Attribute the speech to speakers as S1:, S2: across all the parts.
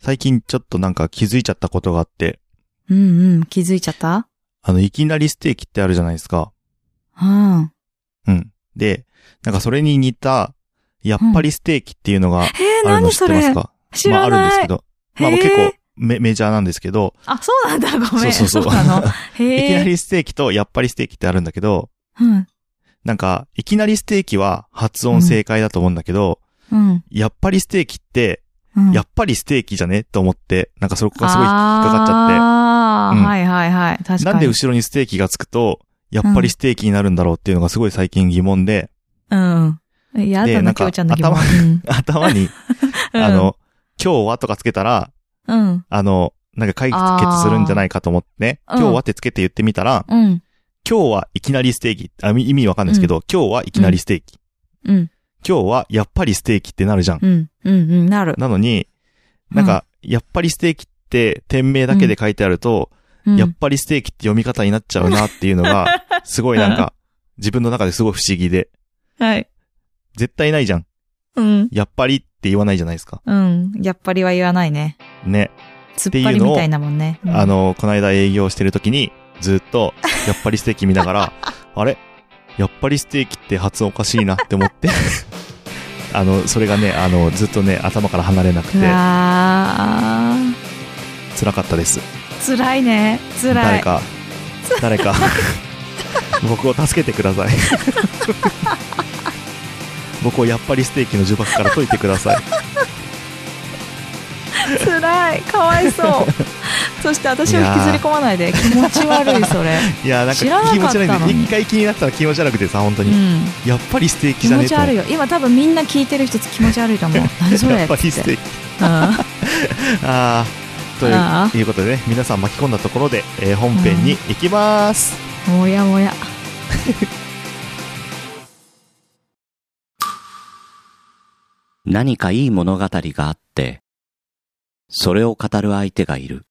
S1: 最近ちょっとなんか気づいちゃったことがあって、
S2: うんうん、気づいちゃった
S1: あの、いきなりステーキってあるじゃないですか。
S2: うん。
S1: うん。で、なんかそれに似た、やっぱりステーキっていうのが
S2: えー、
S1: あるの
S2: 何
S1: 知
S2: そ
S1: ってます
S2: れ
S1: か、
S2: 知
S1: まああ
S2: ら
S1: るんですけ
S2: ない。
S1: ど。まあ
S2: へー
S1: 結構メメジャーなんですけど、
S2: あ、そうなんだ、ごめん。
S1: そうそうそう
S2: な の。
S1: いき
S2: へ
S1: な
S2: え。
S1: りステーキとやっぱりステーキってあるんだけど、
S2: うん。
S1: なんか、いきなりステーキは発音正解だと思うんだけど、
S2: うん。
S1: やっぱりステーキって、
S2: うん。
S1: やっぱりステーキじゃねと思って、なんかそこがすごい引っかかっちゃっ
S2: あ
S1: うん
S2: あ、はいはいはい。確か
S1: て、
S2: に。
S1: なんで後ろにステーキがつくと、やっぱりステーキになるんだろうっていうのがすごい最近疑問で、
S2: うん。いやだ
S1: でな
S2: な、
S1: ん
S2: き
S1: か
S2: ょうちゃんだけど。
S1: 頭
S2: うん
S1: 頭に、
S2: う ん
S1: あ、の、今日はとかつけたら、
S2: うん。
S1: あの、なんか解決するんじゃないかと思ってね、
S2: あーうん
S1: 今日はってつけて言ってみたら、
S2: うん。
S1: 今日はいきなりステーキ、あ意味わかんないですけど、今日はいきなりステーキ、
S2: うん。
S1: 今日はやっぱりステーキってなるじゃん。
S2: うん。うん。うん。なる。
S1: なのに、なんか、やっぱりステーキって店名だけで書いてあると、
S2: うん
S1: やっぱりステーキって読み方になっちゃうなっていうのが、 すごいなんか、自分の中ですごい不思議で、
S2: はい。
S1: 絶対ないじゃん。
S2: うん。
S1: やっぱりって言わないじゃないですか。
S2: うん。やっぱりは言わないね。
S1: ね。
S2: つって
S1: い
S2: ぱ
S1: う
S2: り
S1: のを
S2: みたいなもんね。うん
S1: あ、の、この間営業してる時に、ずっと、やっぱりステーキ見ながら、 あれやっぱりステーキって発音おかしいなって思って、 あの、それがね、あの、ずっとね、頭から離れなくて
S2: う、わー。
S1: 辛かったです。
S2: 辛いね。辛
S1: 誰
S2: い。
S1: か、誰 か、僕を助けてください。僕をやっぱりステーキの呪縛から解いてください。
S2: 辛い。かわ いそう。そして私を引きずり込まないで。気持ち悪い、それ。
S1: いやーなん
S2: 知らな
S1: か
S2: か
S1: 気
S2: ったの
S1: 持ち悪いんで、
S2: に
S1: 一回気になったら気持ち悪くてさ、本当
S2: う
S1: に。
S2: ん。
S1: やっぱりステーキ
S2: 気
S1: じゃね
S2: 持
S1: え
S2: ち
S1: と思
S2: 悪
S1: う
S2: い。よ。今多分みんな聞いてる人気持ち悪いと思う。何それ
S1: やっぱりス
S2: っ
S1: テー
S2: て
S1: キ。
S2: うん
S1: あーと
S2: あ
S1: い
S2: ー
S1: ういうことでね皆さん巻き込んだところで、えー本編に行きます、
S2: もやもや。
S3: 何かいい物語があって、それを語る相手がいる。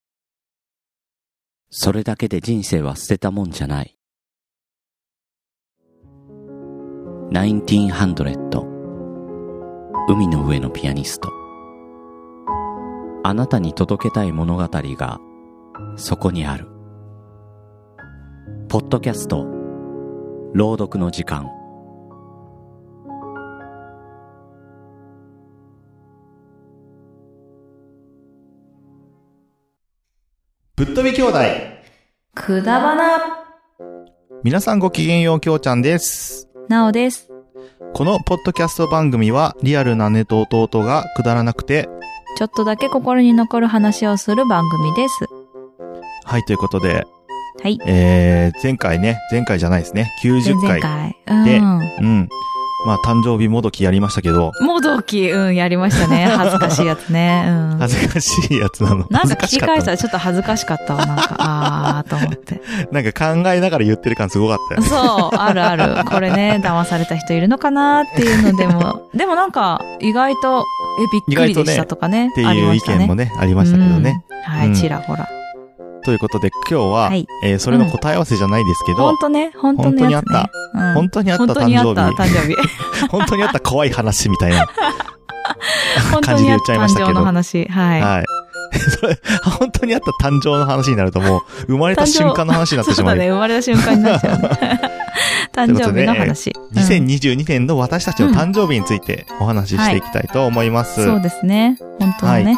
S3: それだけで人生は捨てたもんじゃない。1900海の上のピアニスト。あなたに届けたい物語がそこにある。ポッドキャスト朗読の時間。
S1: ぶっ飛び兄弟
S2: くだばな。
S1: 皆さんごきげんようきょうちゃんです
S2: なおです。
S1: このポッドキャスト番組はリアルな姉と弟がくだらなくて
S2: ちょっとだけ心に残る話をする番組です。
S1: はいということで、
S2: はい。
S1: えー、前回ね前回じゃないですね
S2: 前
S1: 90
S2: 々
S1: 回
S2: 回。
S1: で
S2: うん。
S1: うんまあ誕生日もどきやりましたけど
S2: もどき、うん、やりました ね。恥ずかしいやつね。うん。
S1: 恥ずかしいやつなの
S2: なん
S1: 恥ず
S2: か聞
S1: か
S2: き
S1: しか
S2: 返
S1: っ
S2: した
S1: た
S2: らちょっと恥ずかしかったわ。なんか、あーと思って。
S1: なんか考えながら言ってる感すごかったよね
S2: そう、あるあ る。これね、騙された人いるのかなっていうの でも、でもなんか、意外と、え、びっくりでしたとかね。
S1: って
S2: あり
S1: いう
S2: ま
S1: 意
S2: した
S1: 見も
S2: ね。
S1: ねありましたけどね、
S2: うん。は
S1: う
S2: い、
S1: ん
S2: ちらほら。
S1: ということで今日は、
S2: はい
S1: えーそれの答え合わせじゃないですけど、
S2: 本当ね、本当のやつね。
S1: 本
S2: うん
S1: 本当にあった
S2: 本当
S1: 誕
S2: にあった
S1: 生
S2: 誕生日。
S1: 日。本当にあった怖い話みたいな。
S2: 本
S1: 感
S2: 当
S1: じで
S2: に
S1: 言
S2: あ
S1: っ
S2: っ
S1: たちゃいま
S2: 誕
S1: したけど
S2: 生の話。はい。
S1: はい。 それ、本当にあった誕生の話になるともう、生まれた瞬間の話になって
S2: そ
S1: し
S2: う
S1: ま
S2: だ
S1: う。
S2: ね、生まれた瞬間になっちゃうね。 誕生日の話。うん
S1: 2022年の私たちの誕生日についてお話ししていきたいと思います。
S2: そうですね。本当はね。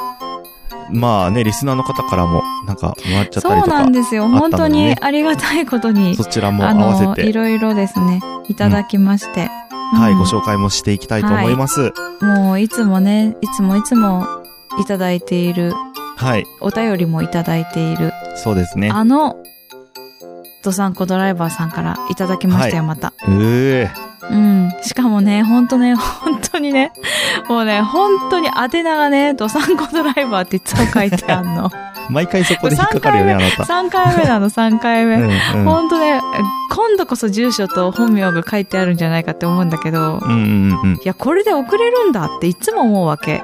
S1: まあね、リスナーの方からも、なんか、もらっちゃったり
S2: そう
S1: と
S2: な
S1: か
S2: ん、ですよ。
S1: ね
S2: 本当にありがたいことに
S1: そ、ちらも
S2: あ
S1: 合わ
S2: の、
S1: せて、
S2: いろいろですね、いただきまして。
S1: はい、
S2: うん
S1: ご紹介もしていきたいと思います。
S2: もういつもね、いつもいつもいただいている、
S1: はい、
S2: お便りもいただいている、
S1: そうですね。
S2: あの、ドサンコドライバーさんからいただきましたよ、また。
S1: うー
S2: うん。しかもね、ほんとね、ほんとにね、もうね、ほんとに宛名がね、ドサンコドライバーっていつも書いてあ んの。
S1: 毎回そこで引っかかるよね、あなた。
S2: 3回目なの、3回目。
S1: うん、うん。
S2: ほんとね、今度こそ住所と本名が書いてあるんじゃないかって思うんだけ
S1: うんう
S2: ど、
S1: んうんうん。
S2: いや、これで送れるんだっていつも思うわ け。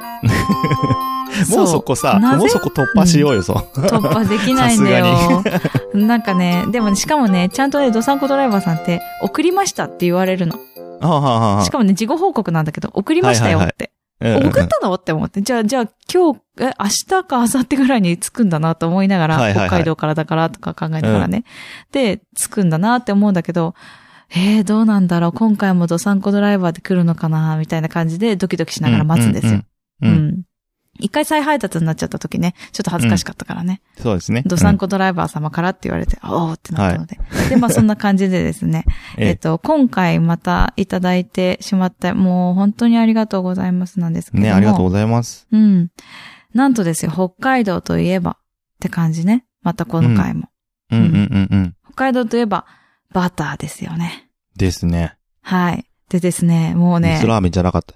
S1: もうそこさ、
S2: うなぜ
S1: もうそこ突破しようよ、そう。
S2: 突破できないんだよ。 なんかね、でもね、しかもね、ちゃんとね、ドサンコドライバーさんって、送りましたって言われるの。
S1: はあはあはあはあ
S2: しかもね、事後報告なんだけど、送りましたよって。
S1: うんうんうん
S2: 分かったのって思って。じゃあ、じゃあ今日、え、明日か明後日ぐらいに着くんだなと思いながら、
S1: はいはいはい
S2: 北海道からだからとか考えながらね。で、着くんだなって思うんだけど、えー、どうなんだろう今回もドサンコドライバーで来るのかなみたいな感じでドキドキしながら待つんですよ。。
S1: うんうんうんうん
S2: うん一回再配達になっちゃった時ね、ちょっと恥ずかしかったからね。
S1: そうですね。
S2: ドサンコドライバー様からって言われて、おーってなったので。で、まあそんな感じでですね。
S1: うん。
S2: えっ
S1: え
S2: と、今回またいただいてしまって、もう本当にありがとうございますなんですけども。
S1: ね、ありがとう
S2: う。
S1: ございます。
S2: うん。なんとですよ、北海道といえばって感じね。またこの回も。
S1: うんうんうんうん。
S2: 北海道といえば、バターですよね。
S1: ですね。
S2: はい。でですね、もう
S1: 味
S2: ね
S1: 噌、ラーメンじゃなかった。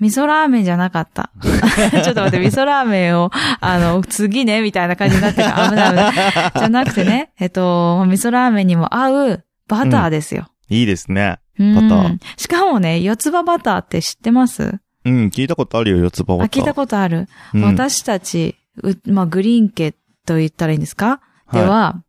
S2: 味噌ラーメンじゃなかった。 ちょっと待って、味噌ラーメンを、あの、次ね、みたいな感じになってる から危ない危ない。じゃなくてね、えっと、味噌ラーメンにも合うバターですよ。
S1: いいですね。
S2: うん、
S1: バター
S2: しかもね、四つ葉バターって知ってます
S1: うん、聞いたことあるよ、四つ葉
S2: あ、
S1: バター。
S2: 聞いたことある。
S1: うん
S2: 私たち、うまあ、グリーン家と言ったらいいんですか、
S1: はい
S2: では、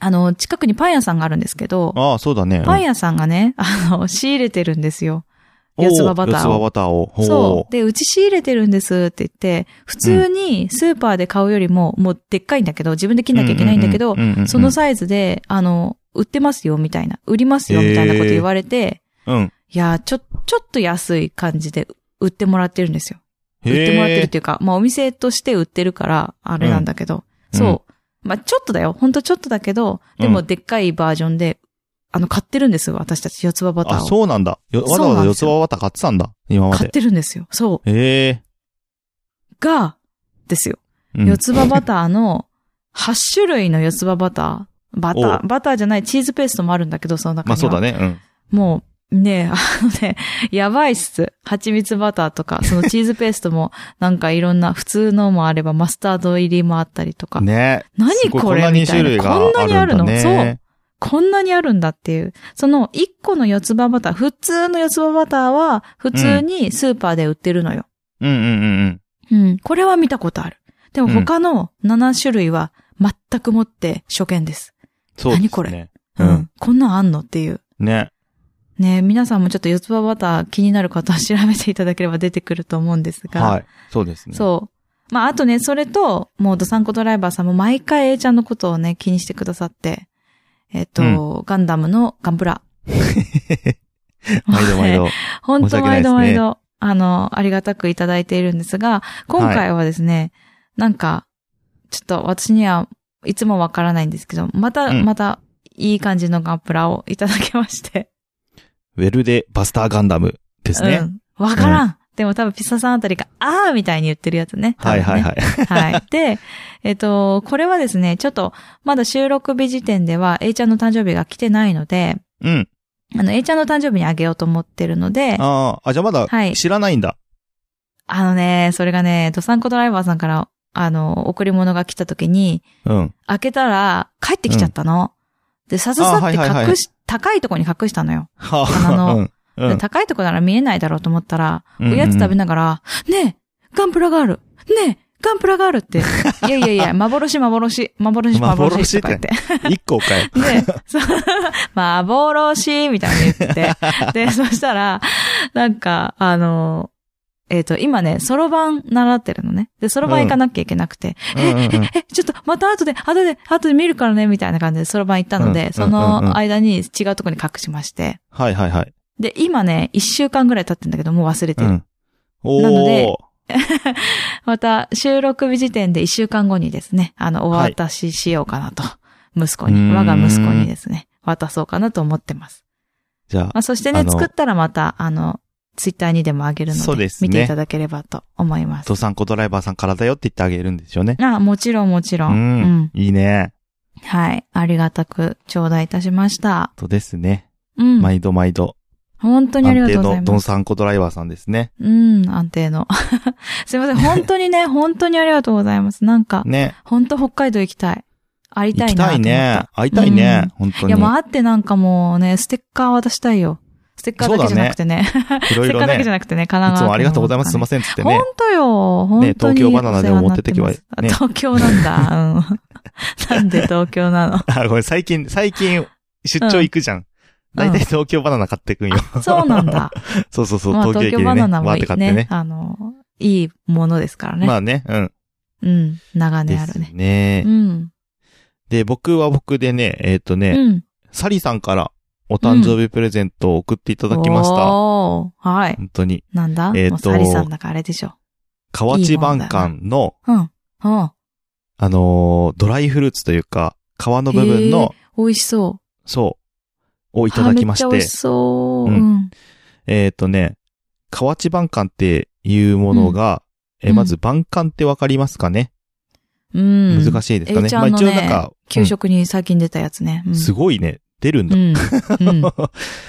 S2: あの、近くにパン屋さんがあるんですけど、
S1: ああ、そうだね。
S2: パン屋さんがね、あの、仕入れてるんですよ。
S1: うん
S2: 四つ葉バタ
S1: お
S2: ーを
S1: 四つ葉バターを。ほう
S2: そう。で、うち仕入れてるんですって言って、普通にスーパーで買うよりも、もうでっかいんだけど、自分で切んなきゃいけないんだけど
S1: う、うう
S2: その、サイズで、あの、売ってますよ、みたいな。売りますよ、みたいなこと言われて、
S1: うん。
S2: いやー、ちょ、ちょっと安い感じで売ってもらってるんですよ。
S1: 売
S2: 売ってもらってるっていうか、まあお店として売ってるから、あれなんだけど、
S1: うん
S2: そう。まあちょっとだよ。ほんとちょっとだけど、で
S1: う
S2: もでっかいバージョンで、あの、買ってるんですよ。私たち四つ葉バタ
S1: あ、
S2: ーを。
S1: そうなんだ。よわざ
S2: そう
S1: わ
S2: な
S1: ざ
S2: ん
S1: 四
S2: で
S1: つ
S2: すよ
S1: 葉バター買ってたんだ。今ま
S2: 買っ
S1: で。
S2: てるんですよ。そ
S1: へえ。
S2: う。が、ですよ。
S1: うん
S2: 四つ葉バターの8種類の四つ葉バター。バタ
S1: お
S2: ー、バターじゃないチーズペーストもあるんだけど、その中には。
S1: まあそうだね。うん。
S2: もう、ねえ、 あのね、やばいっす。蜂蜜バターとか、そのチーズペーストも、なんかいろんな、普通のもあれば、マスタード入りもあったりとか。
S1: ねす
S2: 何
S1: ごいこ
S2: これ
S1: んなに
S2: みた
S1: 種
S2: い
S1: 類
S2: な。
S1: が
S2: こんなにあるの
S1: んだね
S2: そう。こんなにあるんだっていう。その、1個の四つ葉バター、普通の四つ葉バターは、普通にスーパーで売ってるのよ。
S1: うんうんうんうん。
S2: うん。これは見たことある。でも
S1: うん
S2: 他の7種類は、全くもって初見です。
S1: そうですね。
S2: 何これ
S1: う
S2: うんん。こんなんあんのっていう。
S1: ね。
S2: ね皆さんもちょっと四つ葉バター気になる方は調べていただければ出てくると思うんですが。
S1: はい。そうですね。
S2: そう。まあ、あとね、それと、もうドサンコドライバーさんも毎回 A ちゃんのことをね、気にしてくださって、えっ、と、ガンダムのガンプラ。
S1: 毎度毎度。
S2: 本当
S1: 申し訳ないですね
S2: 毎度毎度、あの、ありがたくいただいているんですが、今回はですね、なんか、ちょっと私にはいつもわからないんですけど、また、
S1: うん
S2: また、いい感じのガンプラをいただきまして。
S1: ウェルデ・バスター・ガンダムですね。
S2: うん。わからん、でも多分ピサさんあたりが、あーみたいに言ってるやつね。多分
S1: はい
S2: ね
S1: はいはい。
S2: はい。で、えっと、これはですね、ちょっと、まだ収録日時点では、A ちゃんの誕生日が来てないので、
S1: うん。
S2: あの、A ちゃんの誕生日にあげようと思ってるので、あ
S1: ああ、あ、じゃあまだ
S2: はい
S1: 知らないんだ。
S2: のね、それがね、ドサンコドライバーさんから、あの、贈り物が来た時に、
S1: うん。
S2: 開けたら、帰ってきちゃったの。で、さささって隠し、
S1: あはいはいはい
S2: 高いとこに隠したのよ。
S1: は
S2: 花の
S1: うん。う
S2: で
S1: ん
S2: 高いとこなら見えないだろうと思ったら、
S1: うんうん
S2: おやつ食べながら、ねえ、ガンプラがあるねえ、ガンプラがあるって。いやいやいや、幻幻、幻幻とか言って。
S1: 一個かよ。
S2: で、 そう、幻みたいに言って。 で、そしたら、なんか、あの、えっ、と、今ね、そろばん習ってるのね。で、そろばん行かなきゃいけなくて、
S1: うん
S2: え、
S1: うんうん うん
S2: え、え、ちょっと、また後で、後で、後で見るからね、みたいな感じでそろばん行ったので、
S1: うん
S2: その間に違うとこに隠しまして。
S1: はいはいはい。
S2: で、今ね、一週間ぐらい経ってんだけど、もう忘れて
S1: う
S2: る。
S1: ん。おー。
S2: なのでまた、収録日時点で一週間後にですね、あの、お渡ししようかなと。息子
S1: うー
S2: に、
S1: ん
S2: 我が息子にですね、渡そうかなと思ってます。
S1: じゃ
S2: ま
S1: あ、
S2: あ、そして
S1: あ
S2: ね、
S1: の
S2: 作ったらまた、あの、ツイッターにでもあげるので、
S1: そうですね
S2: 見ていただければと思います
S1: ド。サンコドライバーさんからだよって言ってあげるんですよね。
S2: あ、もちろんもちろん,、うん。
S1: いいね。
S2: はい。ありがたく頂戴いたしました。
S1: とですね。
S2: うん。
S1: 毎度毎度。
S2: 本当にあり
S1: 安定
S2: がとうござ
S1: の
S2: い
S1: ド
S2: ま
S1: ン
S2: す。
S1: サンコドライバーさんですね。
S2: うん、安定の。 す いません。本当にね、本当にありがとうございます。なんか、
S1: ね。
S2: 本当北海道行きたい。あり
S1: 行
S2: たい
S1: き
S2: なと
S1: た
S2: 思
S1: い
S2: った。
S1: ね。会いたいね
S2: うん。
S1: 本当
S2: いや、
S1: に。
S2: もう会ってなんかもうね、ステッカー渡したいよ。ステッカーだけじゃなくてね。
S1: いろ
S2: ス
S1: い
S2: テッ
S1: ろ
S2: カーだ
S1: ね。
S2: け
S1: い
S2: じゃなくてね、神奈
S1: つ
S2: 川
S1: もありがとうございます。すいません。つってね
S2: 本。当よ。本当に。
S1: ね東京バナナでも持ってってきはね
S2: あ東京なん だ。うん。なんで東京なの。
S1: あ、これ最近、最近、出張行くじゃん。大体東京バナナ買ってくんよ。
S2: そうなんだ。
S1: そうそうそう、
S2: まあ、
S1: 東京駅
S2: 東京
S1: で
S2: バナ
S1: ね、
S2: ナも
S1: わーっ
S2: い
S1: て買
S2: い
S1: って
S2: ね
S1: ね。
S2: あの、いいものですからね。
S1: まあね、うん。
S2: うん。長
S1: で
S2: 年あ
S1: す
S2: るね。
S1: ね
S2: う。ん。
S1: で、僕は僕でね、えっと
S2: う
S1: ね、
S2: ん。
S1: サリさんからお誕生日プレゼントを送っていただきました。
S2: おーはい。
S1: 本当に。
S2: なんだ
S1: えーと
S2: もうサリさんだからあれでしょ。
S1: 河内晩館の、
S2: うん。うん。
S1: あのードライフルーツというか、皮の部分の、
S2: 美味しそう。
S1: そう、をい
S2: い
S1: ただきまし
S2: めっちゃ美
S1: て
S2: 味し、そう。
S1: う
S2: うんん。
S1: えっ、とね、河内晩館っていうものが、
S2: うん
S1: え
S2: うん
S1: まず晩館ってわかりますかね、
S2: うん。
S1: 難しいですかね。
S2: えーち
S1: ま
S2: ゃ
S1: あ
S2: んの
S1: 一
S2: ね
S1: 応なんか、
S2: 給食に最近出たやつね。う
S1: うん
S2: ん。
S1: すごいね、出るんだ。
S2: う ん。うん。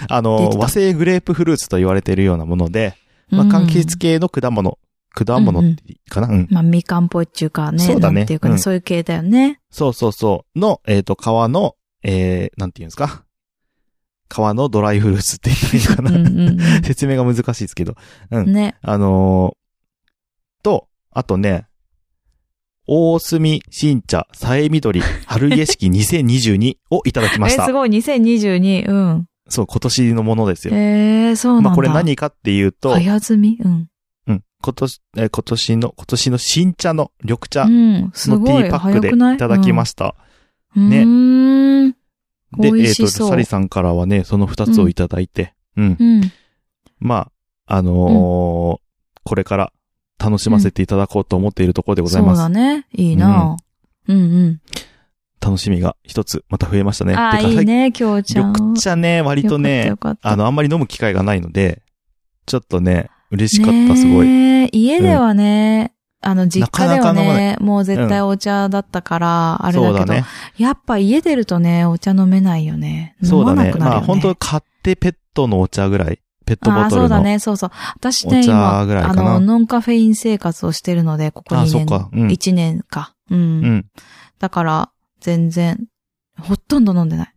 S1: あの
S2: 出て、た
S1: 和製グレープフルーツと言われているようなもので、まあ、
S2: うん
S1: 柑橘系の果物、果物ってかな、うん
S2: まあ、みかんっぽいっていうかね。
S1: そうだね
S2: なんていうかね、
S1: うん
S2: そういう系だよ ね。
S1: そうそうそう。の、えっ、と、皮の、えー、なんていうんですか皮のドライフルーツって言ったらいいのか
S2: う
S1: な、
S2: んう ん
S1: 説明が難しいですけど。
S2: うん。ね。
S1: あのーと、あとね、大隅新茶さえみどり春景 色2022をいただきま
S2: え、
S1: した
S2: す。ごい、2022。うん。
S1: そう、今年のものですよ。
S2: えー、そうなんだ。
S1: まあこれ何かっていうと、
S2: 早摘みうん。
S1: うん、今年、えー今年の、今年の新茶の緑茶
S2: う
S1: の
S2: ん、す
S1: ティ
S2: ごい。
S1: ーパック
S2: 早
S1: で
S2: くない
S1: いただきま
S2: し
S1: した。
S2: た。
S1: ね
S2: うんうーん。
S1: で、
S2: 美
S1: えっ、
S2: 味しそ
S1: と、
S2: う
S1: サリさんからはね、その二つをいただいて、うん
S2: うん。
S1: まあ、あのーこれから楽しませていただこうと思っているところでございます。
S2: そうだね。いいなうんうん。
S1: 楽しみが一つまた増えましたね。
S2: ああ、
S1: てか
S2: いいね、京ちゃん。
S1: 緑茶ね、割とね
S2: よ、かった
S1: あ
S2: よかっ
S1: の、あんまり飲む機会がないので、ちょっとね、嬉
S2: た
S1: しかった、すごい。
S2: ねえ家ではね、あの、実家では
S1: なかなか飲まな
S2: ね、もう絶対お茶だったから、あれ
S1: そうだ
S2: だけど、
S1: ね。
S2: やっぱ家出るとね、お茶飲めないよね。飲
S1: そう
S2: ま
S1: だ
S2: な
S1: ね。
S2: くなる
S1: ま
S2: よ
S1: あ、
S2: ね。
S1: 本当買ってペットのお茶ぐらい。ペット
S2: あ
S1: ボト
S2: あ、そう
S1: ル
S2: だ
S1: の。
S2: ね、そうそう。私ね、
S1: お茶
S2: 今、あ
S1: ぐらいかな
S2: の、ノンカフェイン生活をしてるので、ここ
S1: ああ、
S2: 2
S1: そっ
S2: 年。
S1: か。うん。
S2: 1年か。うん。
S1: うん。
S2: だから、全然、ほとんど飲んでない。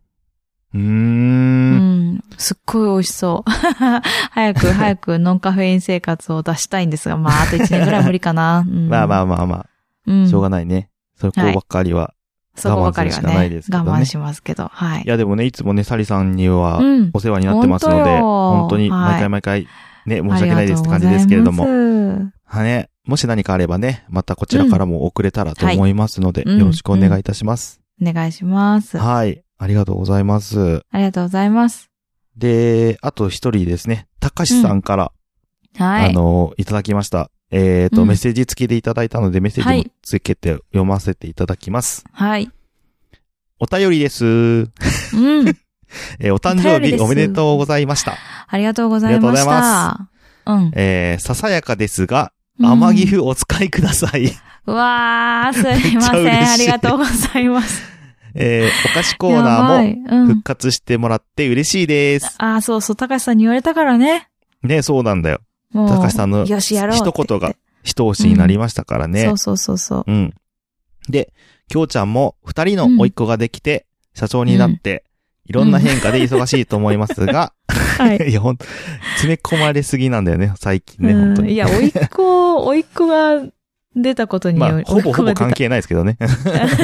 S1: うー。
S2: うんん。すっごい美味しそう。 早く、早く、ノンカフェイン生活を出したいんですが、まあ、あと1年ぐらい無理かな。う ん、
S1: まあまあ
S2: あ、
S1: まあま
S2: う
S1: あ、
S2: ん。
S1: しょうがないね。そこばっかりは。
S2: そこばかりは
S1: 我慢するしかない
S2: ね
S1: ですけどね
S2: 我慢しますけど、はい。
S1: いや、でもね、いつもね、サリさんには
S2: うん。
S1: お世話になってますので、
S2: 本当よ
S1: 本当に毎回毎回、ね、申し訳ないですって感じですけれども
S2: あり。がとうございます
S1: はね、もし何かあればね、またこちらからも送れたらと思いますので、
S2: うんはい
S1: よろしくお願いいたします、
S2: お願いします。あ
S1: はい。ありがとうございます。
S2: りがとうございます。
S1: で、あと一人ですね、たかしさんから、
S2: は
S1: あ
S2: い。
S1: の、いただきました。えっ、と、
S2: うん
S1: メッセージ付きでいただいたので、メッセージもつけて読ませていただきます。
S2: はい。
S1: お便りです。
S2: うん。
S1: えーお誕
S2: お
S1: 生
S2: 便りで
S1: 日
S2: す
S1: おめでとうございました。
S2: ありがとうございまし
S1: あ
S2: た。うん。
S1: えーささやかですが、
S2: うん
S1: 甘岐阜お使いください。
S2: うわー、すいま
S1: めっちゃ
S2: せ
S1: 嬉
S2: ん。
S1: しい
S2: ありがとうございます。
S1: えーお菓子 コーナーも
S2: ーもうん
S1: 復。活してもらって嬉しいです。
S2: あー、そうそう、高橋さんに言われたからね。
S1: ね、そうなんだよ。
S2: もう。
S1: 高橋さんの
S2: よし、やろうって言って。
S1: 一言が一押しになりましたからね。
S2: そうそうそうそう。
S1: うん。で、きょうちゃんも二人の甥っ子ができて、社長になって、いろんな変化で忙しいと思いますが、。
S2: はい
S1: いや、ほん、詰め込まれすぎなんだよね、最近 ね、本当
S2: うん
S1: に。
S2: いや、甥っ子、 甥っ子が出たことに
S1: ま
S2: よ
S1: あ、
S2: り、
S1: ほぼほぼ関
S2: 甥っ
S1: 係ないですけどね。
S2: 子が出た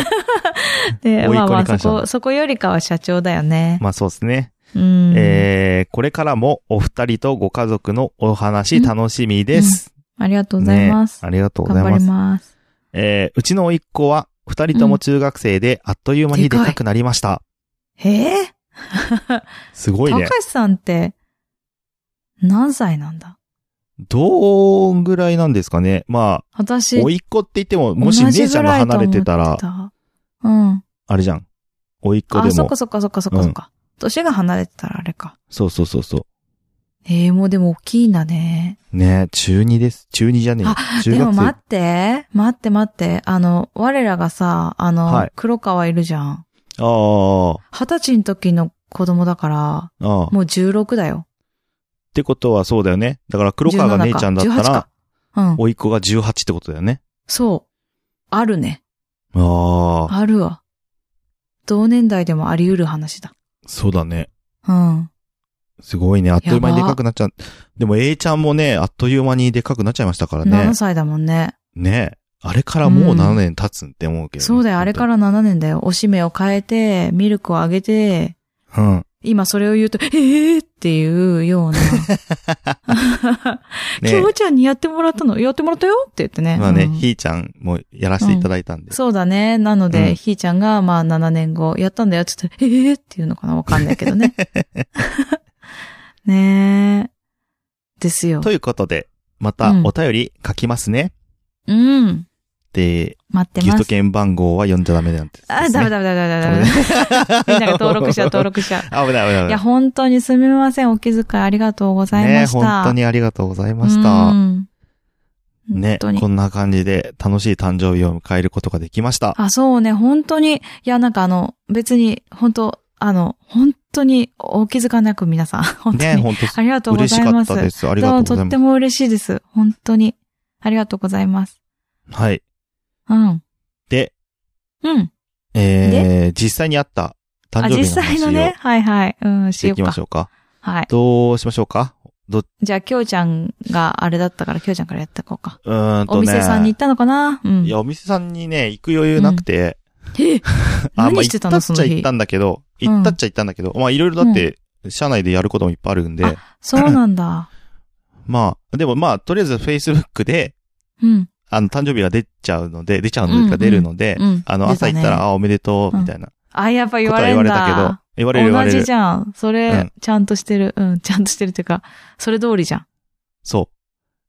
S1: 甥っ子
S2: で、
S1: に
S2: まあまあ、
S1: 関して
S2: そ
S1: は
S2: こ、そこよりかは社長だよね。
S1: まあ、そうですね。
S2: うん。
S1: えー、これからもお二人とご家族のお話楽しみです。
S2: ありがとうござい
S1: ね
S2: ます。
S1: ありがとうござ
S2: 頑
S1: いま
S2: 張り
S1: す。
S2: ます。
S1: えー、うちの甥っ子は二人とも中学生で、あっという間にでかくなりました。
S2: へえ
S1: すごい
S2: 高
S1: ね。
S2: 橋さんって、何歳なんだ
S1: どんぐらいなんですかね。まあ、
S2: 私、
S1: 甥っ子って言っても、もし姉ちゃんが離れてたら
S2: 同じぐい、と思ってたうん。
S1: あれじゃん。甥っ子
S2: あ、
S1: で
S2: そっ
S1: も
S2: か。そっかそっかそっかそっか。年が離れてたらあれか。
S1: そうそうそうそ
S2: ええもうでも大きいんだね。
S1: う。ねえ中2です。中2じゃねえよ。中
S2: でも
S1: 学生。
S2: 待って、待って待って。あの、我らがさ、あの、
S1: はい
S2: 黒川いるじゃん。
S1: あ
S2: 二十歳の時の子供だから、
S1: あ、ああ。っ
S2: もう16だよ。
S1: てことはそうだよね。だから黒川が
S2: 17
S1: 姉ちゃんだった
S2: 18
S1: ら
S2: か、うん。
S1: 甥っ子が18ってことだよね。
S2: そう。あるね。
S1: ああ、
S2: あるわ。同年代でもあり得る話だ。
S1: そうだね。
S2: うん。
S1: すごいね。あっという間にで
S2: やば
S1: かくなっちゃう。でも A ちゃんもね、あっという間にでかくなっちゃいましたからね
S2: 7。歳だもんね。
S1: ねえあれからもう
S2: うん
S1: 7年経つんって思うけどね、
S2: そうだよ、あれから7年だよ。おしめを変えて、ミルクをあげて、
S1: ら。うん。
S2: 今それを言うと、えーっていうような。
S1: ね
S2: 今日ちゃんにやってもらったのやってもらったよって言ってね。
S1: まあね、
S2: うん
S1: ひーちゃんもやらせていただいたんで。
S2: そうだね。なので、
S1: うん
S2: ひーちゃんが、まあ、7年後、やったんだよって言ったら、えーっていうのかなわかんないけ どね。ねえ。ですよ。
S1: ということで、また
S2: うん
S1: お便り書きますね。
S2: うん。
S1: で、
S2: 待って
S1: ギフ
S2: ま
S1: ト
S2: す。
S1: 券番号は読んじゃダメなんです、ね。
S2: あ、ダメダメダメダメダメ。
S1: ダ
S2: みんなが登録しちゃう、登
S1: 録。
S2: 録しちゃう。
S1: 危ない危ない危
S2: い
S1: ない
S2: や、。本当にすみません。お気遣いありがとうございました。
S1: ね本当にありがとうございました。
S2: うん
S1: ね
S2: 本当、に
S1: こんな感じで楽しい誕生日を迎えることができました。
S2: あ、そうね、本当に。いや、なんかあの、別に、本当あの、本当にお気遣いなく皆さん、本当
S1: ね、
S2: に。
S1: 本
S2: ありがと
S1: 当
S2: うご
S1: 嬉
S2: ざ
S1: し
S2: い
S1: か
S2: ま
S1: っ
S2: す。
S1: たです。ありがと
S2: ど
S1: う
S2: うも
S1: ござい
S2: とって
S1: ます。
S2: も嬉しいです。本当に。ありがとうございます。
S1: はい。
S2: うん。
S1: で、
S2: うん。
S1: えー、実際にあった誕
S2: あ、
S1: 生日
S2: 実
S1: の
S2: 際
S1: 話
S2: の
S1: を
S2: ね、はいはい。うん、
S1: し
S2: して
S1: い
S2: よ
S1: き
S2: う
S1: ま
S2: か
S1: し。ょうか。
S2: はい。
S1: どうしましょうかど、う
S2: じゃあ、きょうちゃんがあれだったから、きょうちゃんからやっていこうか。
S1: ーんとね。
S2: お店さんに行ったのかなうん。
S1: いや、お店さんにね、行く余裕なくて。
S2: え
S1: あ、まあ、
S2: 何し
S1: 行
S2: て
S1: った
S2: た
S1: っ
S2: の
S1: ち
S2: そ
S1: ゃ
S2: の
S1: 行っ
S2: 日
S1: た。んだけど、
S2: ん
S1: 行ったっちゃ行ったんだけど、まあ、いろいろだって、社内でやることもいっぱいあるんで、
S2: あそうなんだ。
S1: まあ、でもまあ、とりあえず Facebook で、
S2: うん。
S1: あの、誕生日が出ちゃうので、出ちゃう
S2: うん
S1: の
S2: う
S1: で、
S2: ん
S1: 出るので、
S2: うん。
S1: あの、朝行った
S2: 出
S1: ら、
S2: ね。
S1: あ、おめでとう、みたいなこ
S2: あ、やっぱ
S1: と
S2: 言わ
S1: は
S2: れ
S1: 言
S2: る
S1: わ
S2: ん
S1: れたけど
S2: だ。、
S1: 言われる言われ
S2: 同じ
S1: る
S2: じ。ゃん。そうれ
S1: ん、
S2: ちゃんとしてる。うん、ちゃんとしてるっていうか、それ通りじゃ
S1: そ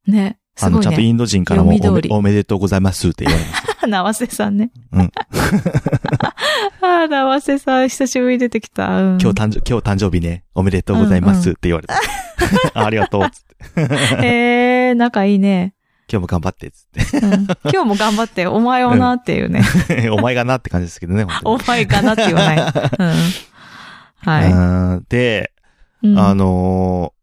S2: ん。ね。
S1: う。あ
S2: す
S1: の、
S2: ごい
S1: ちゃんとイ
S2: ね。
S1: ンド人からもお
S2: 読み
S1: め
S2: 通り
S1: おめでとうございますって言われました。
S2: なせさんね。
S1: うん。
S2: ああ、なせさん、久しぶりに出てきた。うん。
S1: 今日誕生、今日誕生日ね、おめでとうございますって言われた。ありがとう、つって。
S2: ええー、仲いいね。
S1: 今日も頑張って、つ っ
S2: うん今日も頑 張って、お前をなっていうね。
S1: て。お前がなって感じですけどね、本当に
S2: お前かなって言わない。うん。は
S1: うんで、
S2: い。うん
S1: あのー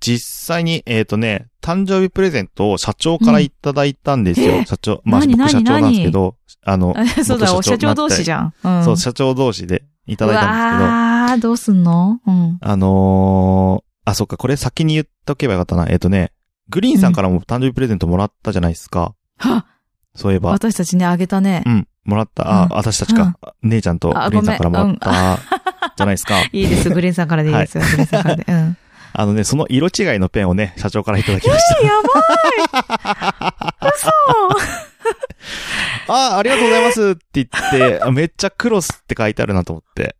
S1: 実際に、えっ、とね、誕生日プレゼントを社長からいただいたんですよ。
S2: うんえ
S1: 社長。まあ、
S2: 何
S1: 僕社長なんですけど、あの、
S2: あ そうだ、
S1: 元
S2: お
S1: 社長
S2: 社長同士じゃん。うん。
S1: そう、社長同士でいただいたんですけど、
S2: うわーどうすんのうん。
S1: あのーあ、そっか、これ先に言っとけばよかったな。えっ、とね、グリーンさんからも誕生日プレゼントもらったじゃないですか。
S2: は
S1: そういえば。
S2: 私たちにあげたね
S1: う。ん、もらった。あ、
S2: うん
S1: 私たちか、姉ちゃんとグ
S2: あ
S1: リーンさんからもら
S2: ごめ
S1: っ
S2: ん
S1: た。じゃないですか。
S2: いいです、グリーンさんからでいいですよ、グリーンさんからで。うん。
S1: あのね、その色違いのペンをね、社長からいただきました。
S2: やばい嘘
S1: ああ、ありがとうございますって言 って、あめっちゃクロスって書いてあるなと思って。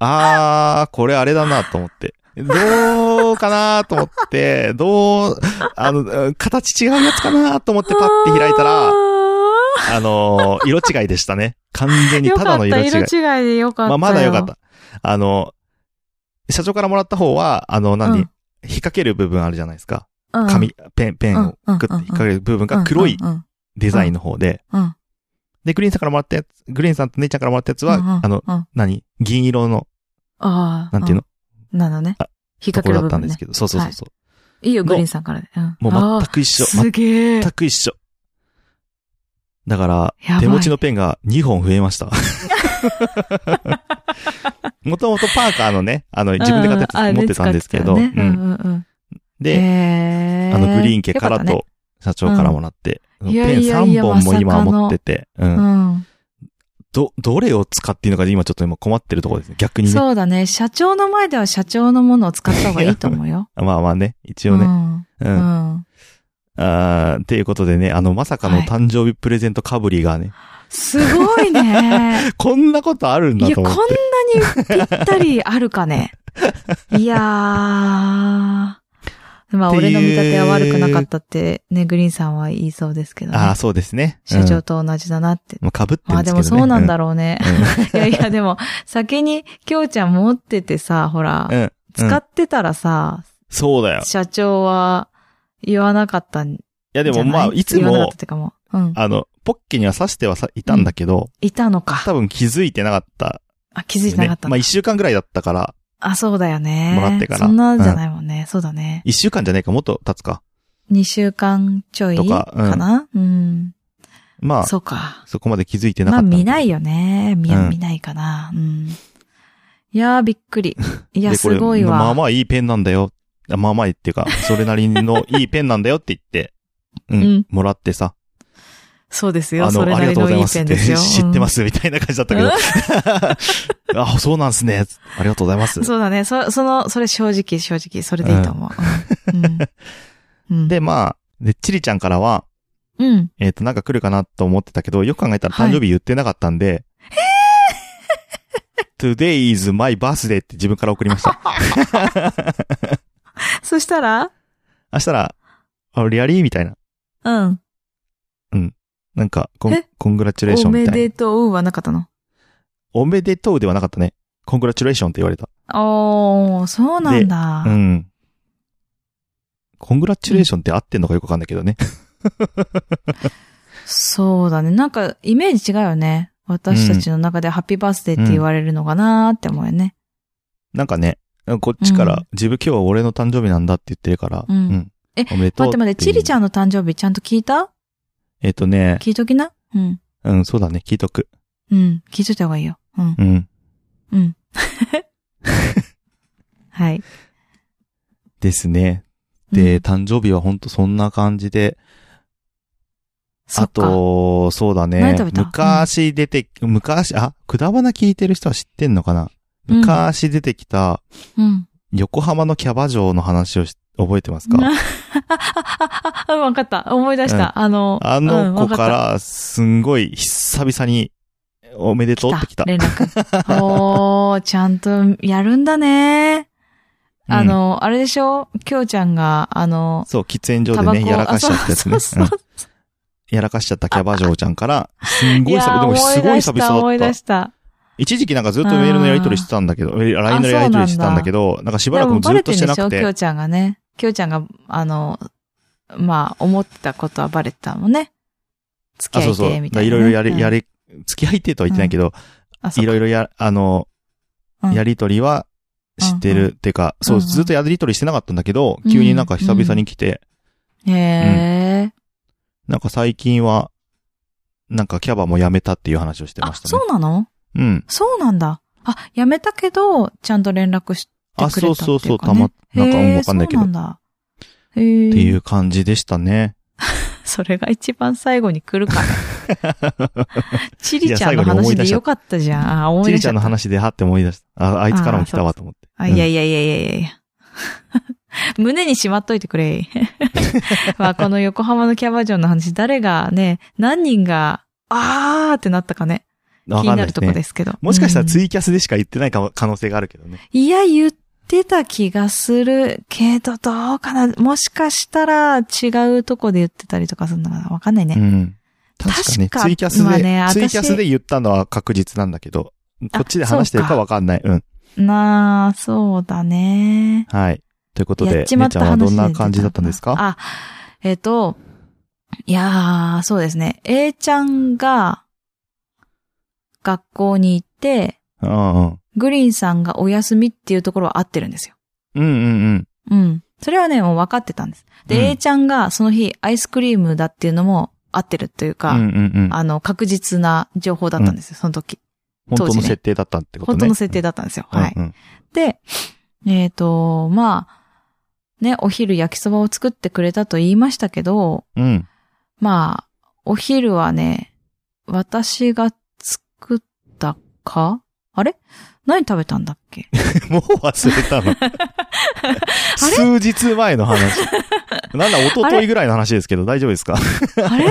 S1: あー、これあれだなと思って。どうかなと思って、どう、あの、うん形違うやつかなと思ってパッて開いたら、あのー色違いでしたね。完全に
S2: よ
S1: ただ
S2: かった、
S1: の色違い。
S2: 色違いでよかった
S1: まあ、
S2: よ。
S1: まだよかった。あの、社長からもらった方は、あの、何、
S2: うん
S1: 引っ掛ける部分あるじゃないですか。
S2: うん。
S1: 紙、ペン、ペンを
S2: うん
S1: グッて引っ掛ける部分が黒い
S2: うんうん
S1: デザインの方で、
S2: うん。
S1: で、グリーンさんからもらったやつ、グリーンさんと姉ちゃんからもらったやつは、
S2: うんうん
S1: あの、
S2: うん
S1: 何銀色の、
S2: ああ。
S1: なんていうの、
S2: うんなのね
S1: あ。
S2: 引っ
S1: と
S2: 掛
S1: こ
S2: け
S1: ろだ
S2: る部
S1: ったんで
S2: 分ね
S1: す。けど、そうそうそうそ
S2: いいよ、グリーンさんからで。うん。
S1: う。もう
S2: あ
S1: 全く一
S2: ー
S1: 緒。
S2: すげえ。
S1: 全く一緒。だか
S2: やば
S1: ら、
S2: い
S1: 手持ちのペンが2本増え ました。もともとパーカーのね、あの、自分で買った
S2: うんうん
S1: やつ
S2: あ
S1: 持ってたんですけど、
S2: ね使
S1: う
S2: ってた
S1: ん
S2: ねうんうんうん。
S1: で、
S2: へー
S1: あの、グリーン家か
S2: よ
S1: ら
S2: ったね
S1: と、社長からもらって、
S2: んいや
S1: ペン
S2: いやい
S1: 3
S2: や
S1: 本も今
S2: まさかの
S1: 持ってて、うん
S2: うん。
S1: ど、どれを使っていいのか今ちょっと今困ってるところですね。逆にね。
S2: そうだね。社長の前では社長のものを使った方がいいと思 うよ。
S1: まあまあね、一
S2: う
S1: 応ね。
S2: ん。
S1: う
S2: うんん。
S1: あーっていうことでね、あの、まさかの
S2: はい
S1: 誕生日プレゼントかぶりがね、
S2: すごいね。
S1: こん なことあるん
S2: い
S1: だ
S2: や、
S1: と
S2: こん
S1: 思
S2: な
S1: って。
S2: にぴったりある かね。いやー。まあ、俺の見立ては悪くなかったって、ね、グリーンさんは言いそうですけどね。
S1: ああ、そうですね。
S2: 社
S1: う
S2: 長
S1: ん
S2: と同じだなって。
S1: まあ、かぶって
S2: ま
S1: る
S2: あ
S1: んで
S2: で
S1: け
S2: す
S1: どね。
S2: もそうなんだろうね。
S1: う
S2: いやい や、でも、先に、きょうちゃん持っててさ、ほ
S1: ん。
S2: ら、
S1: うん。うん
S2: 使ってたらさ、
S1: そう だよ。い
S2: 社長は言わなかったんじ
S1: や、
S2: ゃな
S1: で
S2: い
S1: もまあ、いつ
S2: 言わなかっ
S1: も
S2: たっ、てかもう。うん。
S1: あの、ポッケには刺してはさいたんだけど、
S2: いたのか。
S1: 多分気づいてなかった、
S2: あ、気づいてなかったん
S1: まあ、
S2: だ
S1: 一週間ぐらいだったから、
S2: あ、そうだよね。
S1: もらってから
S2: そんなじゃないもんね。そうだね。
S1: 一週間じゃねえか、もっと経つか。
S2: 2週間ちょい
S1: とか
S2: か
S1: うん
S2: なうん。
S1: まあ、
S2: そうか。
S1: そこまで気づいてなかっ
S2: まあ
S1: たんだけ
S2: 見
S1: ど。
S2: ないよね。見
S1: うん
S2: 見ないかな。うん。いやー、びっ くり。い
S1: い
S2: や、すごいわ。
S1: まあまあいいペンなんだよ。あまあまあいいっていうか、それなりのいいペンなんだよって言って、う
S2: うんん、
S1: もらってさ。
S2: そうですよ。
S1: あ
S2: それ
S1: の、あ
S2: な
S1: りがと
S2: り
S1: うご
S2: の
S1: ざい
S2: いい
S1: ます
S2: ペ
S1: っ
S2: ン
S1: て、
S2: ですよ。。
S1: 知ってますすみたいな感じだったけど。 あ、そうなんすね。ありがとうございます。
S2: そうだね。そ、その、それ正直、正直、それでいいと思う。うん。うん、
S1: で、まあ、で、チリちゃんからは、
S2: うん。
S1: えっ、と、なんか来るかなと思ってたけど、よく考えたら
S2: はい
S1: 誕生日言ってなかったん で、Today is my birthday って自分から送りま した。
S2: そしたら、
S1: あしたら、あ、リアリーみたいな。
S2: うん。
S1: なんか、コン
S2: え、
S1: コングラチュレーショ
S2: お
S1: ンみ
S2: め
S1: たい
S2: で
S1: な。
S2: とうはなかったの。
S1: おめでとうではなかったね。コングラチュレーションって言われた。
S2: おー、そうなんだ。
S1: うん。コングラチュレーションって合ってんのかよくわかんないけどね。
S2: そうだね。なんか、イメージ違うよね。私たちの中でハッピーバースデーって言われるのかなーって思うよね。
S1: なんかね、こっちから、
S2: うん
S1: 自分今日は俺の誕生日なんだって言ってるから、
S2: うんえ
S1: おめでとう
S2: 待って待って、チリちゃ
S1: ん。
S2: んの誕生日ちゃんと聞いた
S1: えっ、とね、
S2: 聞いときな。うん。
S1: うん、そうだね、聞いとく。
S2: うん。聞いといた方がいいよ。うん。
S1: うん。
S2: うん。はい。
S1: ですね。
S2: う
S1: で、
S2: ん、
S1: 誕生日はほんとそんな感じで、
S2: そ
S1: あ
S2: っか、
S1: と、そうだね
S2: 何食べ。た
S1: 昔出て、昔、あ、くだばな聞いてる人は知ってんのかな
S2: うん
S1: 昔出てきた、
S2: うん。
S1: 横浜のキャバ嬢の話をし覚えてますか、
S2: あ、あ、あ、 わかった。思い出した。あの、
S1: あ
S2: うん
S1: の
S2: わ
S1: 子か
S2: っ
S1: ら、すんごい久々に、おめでとうってきた。
S2: 連絡。おー、ちゃんとやるんだね。
S1: うん
S2: あの、あれでしょきょうちゃんが、あの、
S1: そう、喫煙所
S2: タ
S1: で
S2: バコ
S1: ね、やらかしちゃったやつね
S2: あ。そ
S1: う
S2: うそう
S1: ん
S2: そう
S1: やらかしちゃったキャバ嬢ちゃんから、すんごい
S2: や
S1: 久々、でもすごい久々だった。
S2: 思い出した。
S1: 一時期なんかずっとメールのやり取りしてたんだけど、え LINE のやり取りしてたんだけど、なんかしば
S2: で
S1: らく
S2: も
S1: も
S2: バ
S1: ずっ
S2: レて
S1: と
S2: る
S1: し
S2: で
S1: て
S2: し
S1: なく
S2: ょきょ
S1: て
S2: う、ちゃんがね。きょうちゃんが、あの、まあ、思ってたことはバレてたもんね。付
S1: あ、
S2: き合
S1: そうそう。
S2: い
S1: だ
S2: て、み
S1: か
S2: た
S1: ら
S2: い
S1: い
S2: な
S1: ろ
S2: ね、
S1: いろやり、や
S2: り、
S1: り、付き合いってとは言ってないけど、
S2: あそう
S1: いろいろや、あの
S2: う、ん
S1: やり取りは知って
S2: うんう
S1: る。っていうか、そうう、
S2: んうん
S1: ずっとやり取りしてなかったんだけど
S2: う、ん
S1: 急になんか久々に来て、
S2: へえ、
S1: なんか最近は、なんかキャバもやめたっていう話をして
S2: あ、
S1: ましたね
S2: そ。うなの
S1: うん。
S2: そうなんだ。あ、やめたけど、ちゃんと連絡してくれた
S1: あ、
S2: ってい
S1: そうう
S2: か、ね。
S1: そうそう、たま、なんかもうわかんないけど、
S2: へ
S1: っ
S2: ーそうなんだ。へえ。。
S1: ていうう感じでしたね。
S2: それが一番最後に 来るから。チリちゃん
S1: いや最
S2: の
S1: 後に思
S2: 話
S1: い出
S2: で
S1: しちゃ
S2: よ
S1: っ
S2: かったじゃん。あ、思
S1: ち
S2: い出
S1: り
S2: し
S1: ち
S2: ちゃ
S1: ゃん
S2: った
S1: の話で、はって思い出した。あ、あいつからも来たわと思って。
S2: あ、いや
S1: うん
S2: いやいやいやいやいや。 胸にしまっといてくれ。 まあ、この横浜のキャバ嬢の話、誰がね、何人が、あーってなったかね。気
S1: わか
S2: に
S1: んな
S2: ないる
S1: です
S2: とこ
S1: ね
S2: で。すけど。
S1: もしかしたら
S2: うん
S1: ツイキャスでしか言ってないかも可能性があるけどね。
S2: いや、言ってた気がするけど、どうかな。もしかしたら違うとこで言ってたりとかするのかな。わかんないね。
S1: うん。確かね、
S2: 確か
S1: ツイキャス
S2: まあ
S1: で、
S2: ね私
S1: ツイキャスで言ったのは確実なんだけど、こっちで話してるかわかんない。うん。
S2: なあ、そうだね。
S1: はい。ということ
S2: や
S1: で、
S2: っ
S1: 姉
S2: ち
S1: ち
S2: ま
S1: ゃ
S2: っ
S1: ん
S2: た
S1: は
S2: 話
S1: どんな感じだったんですか
S2: あ、えっ、と、いやー、そうですね。A ちゃんが学校に行って、
S1: うんうん。
S2: グリーンさんがお休みっていうところは合ってるんですよ。
S1: うんうんうん。
S2: うん。それはね、もう分かってたんです。で、
S1: うん
S2: A ちゃんがその日アイスクリームだっていうのも合ってるという
S1: うん
S2: か、
S1: うんうん。
S2: あの、確実な情報だったんですよ、その時。
S1: 本
S2: 当
S1: 当
S2: 時
S1: の
S2: ね
S1: 設定だったってことね。
S2: 本当の設定だったんですよ。
S1: うん
S2: はい。
S1: うんうん
S2: で、えっ、と、まあ、ね、お昼焼きそばを作ってくれたと言いましたけど、
S1: うん。
S2: まあ、お昼はね、私が作ったかあれ何食べたんだっ け
S1: もう忘れたの。 数日前の話。 なんだ、一昨日ぐらいの話ですけど、大丈夫ですか
S2: あれ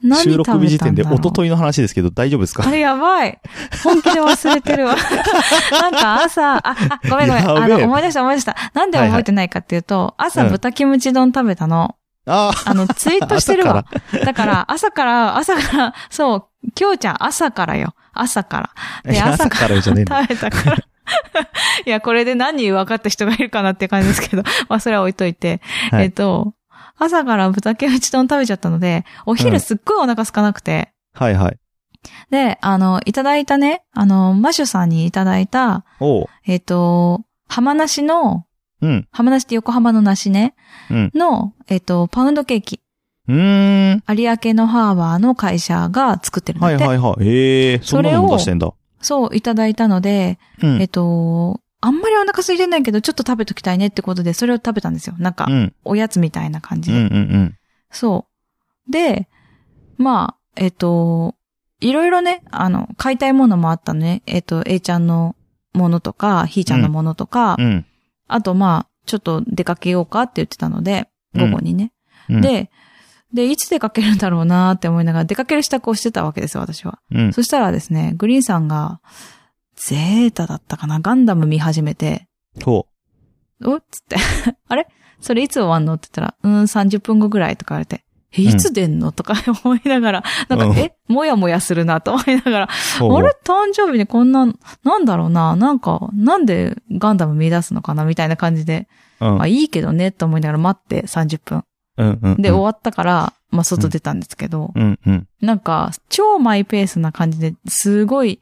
S2: 何食
S1: 収
S2: べたんだろ
S1: 録
S2: う
S1: 日時点で一昨日の話ですけど、大丈夫ですか
S2: あれやばい。本気で忘れ てるわ。なんか朝、あ、あ、ごめんごめん。
S1: や
S2: あ
S1: べえ
S2: の、思い出した思い出した。なんで覚えてないかっていうと、朝
S1: うん
S2: 豚キムチ丼食べたの。
S1: あ
S2: あの、ツイートしてるわ。だから、朝から、朝から、そう、きょうちゃん朝からよ。朝から。
S1: あ、い
S2: で、
S1: や
S2: 朝
S1: 朝
S2: か
S1: かららじゃねえんだ。
S2: 食べたから。 いや、これで何人分かった人がいるかなって感じですけど、 まあ、それは置いといて。
S1: はい
S2: えっと、朝から豚キムチ丼食べちゃったので、お
S1: う
S2: 昼
S1: ん
S2: すっごいお腹空かなくて。
S1: はいはい。
S2: で、あの、いただいたね、あの、マシュさんにいただいた、
S1: おう。
S2: えっ、と、浜梨の、
S1: うん。
S2: 浜梨って横浜の梨ね、
S1: うん。
S2: の、えっ、と、パウンドケーキ、
S1: うーん。
S2: 有明のハーバーの会社が作ってるんだっ
S1: はい
S2: て。
S1: はいはい。ええー、そんなのも出してんだ。
S2: そう、いただいたので、
S1: うん
S2: えっ、。と、あんまりお腹空いてないけど、ちょっと食べときたいねってことで、それを食べたんですよ。なんか
S1: う、ん。
S2: おやつみたいな感
S1: う
S2: じ
S1: ん
S2: で。
S1: うんうん。
S2: そう。で、まあ、えっと、いろいろね、あの、買いたいものもあったのね。えっと、A ちゃんのものとか、ひーちゃんのものとか、
S1: うん。
S2: あとまあ、ちょっと出かけようかって言ってたので、午後にね。
S1: うん、
S2: で、で、いつ出かけるんだろうなーって思いながら、出かける支度をしてたわけですよ、私は。
S1: うん。
S2: そしたらですね、グリーンさんが、ゼータだったかなガンダム見始めて、
S1: ほ
S2: おっつって、 あれそれいつ終わんのって言ったら、うーん、30分後ぐらいとか言われて、え、
S1: うん
S2: いつ出んのとか 思いながら、なんか、
S1: うん
S2: え、もやもやするなと思 いながら、
S1: う。ほう
S2: あれ誕生日にこんな、なんだろうななんか、なんでガンダム見出すのかなみたいな感じで、
S1: うん
S2: まあいいけどね、と思いながら待って30分。
S1: うんうん。
S2: で、終
S1: わ
S2: わったから、まあ外出たんですけど、
S1: うんうん。
S2: なんか、超マイペースな感じで、すごい、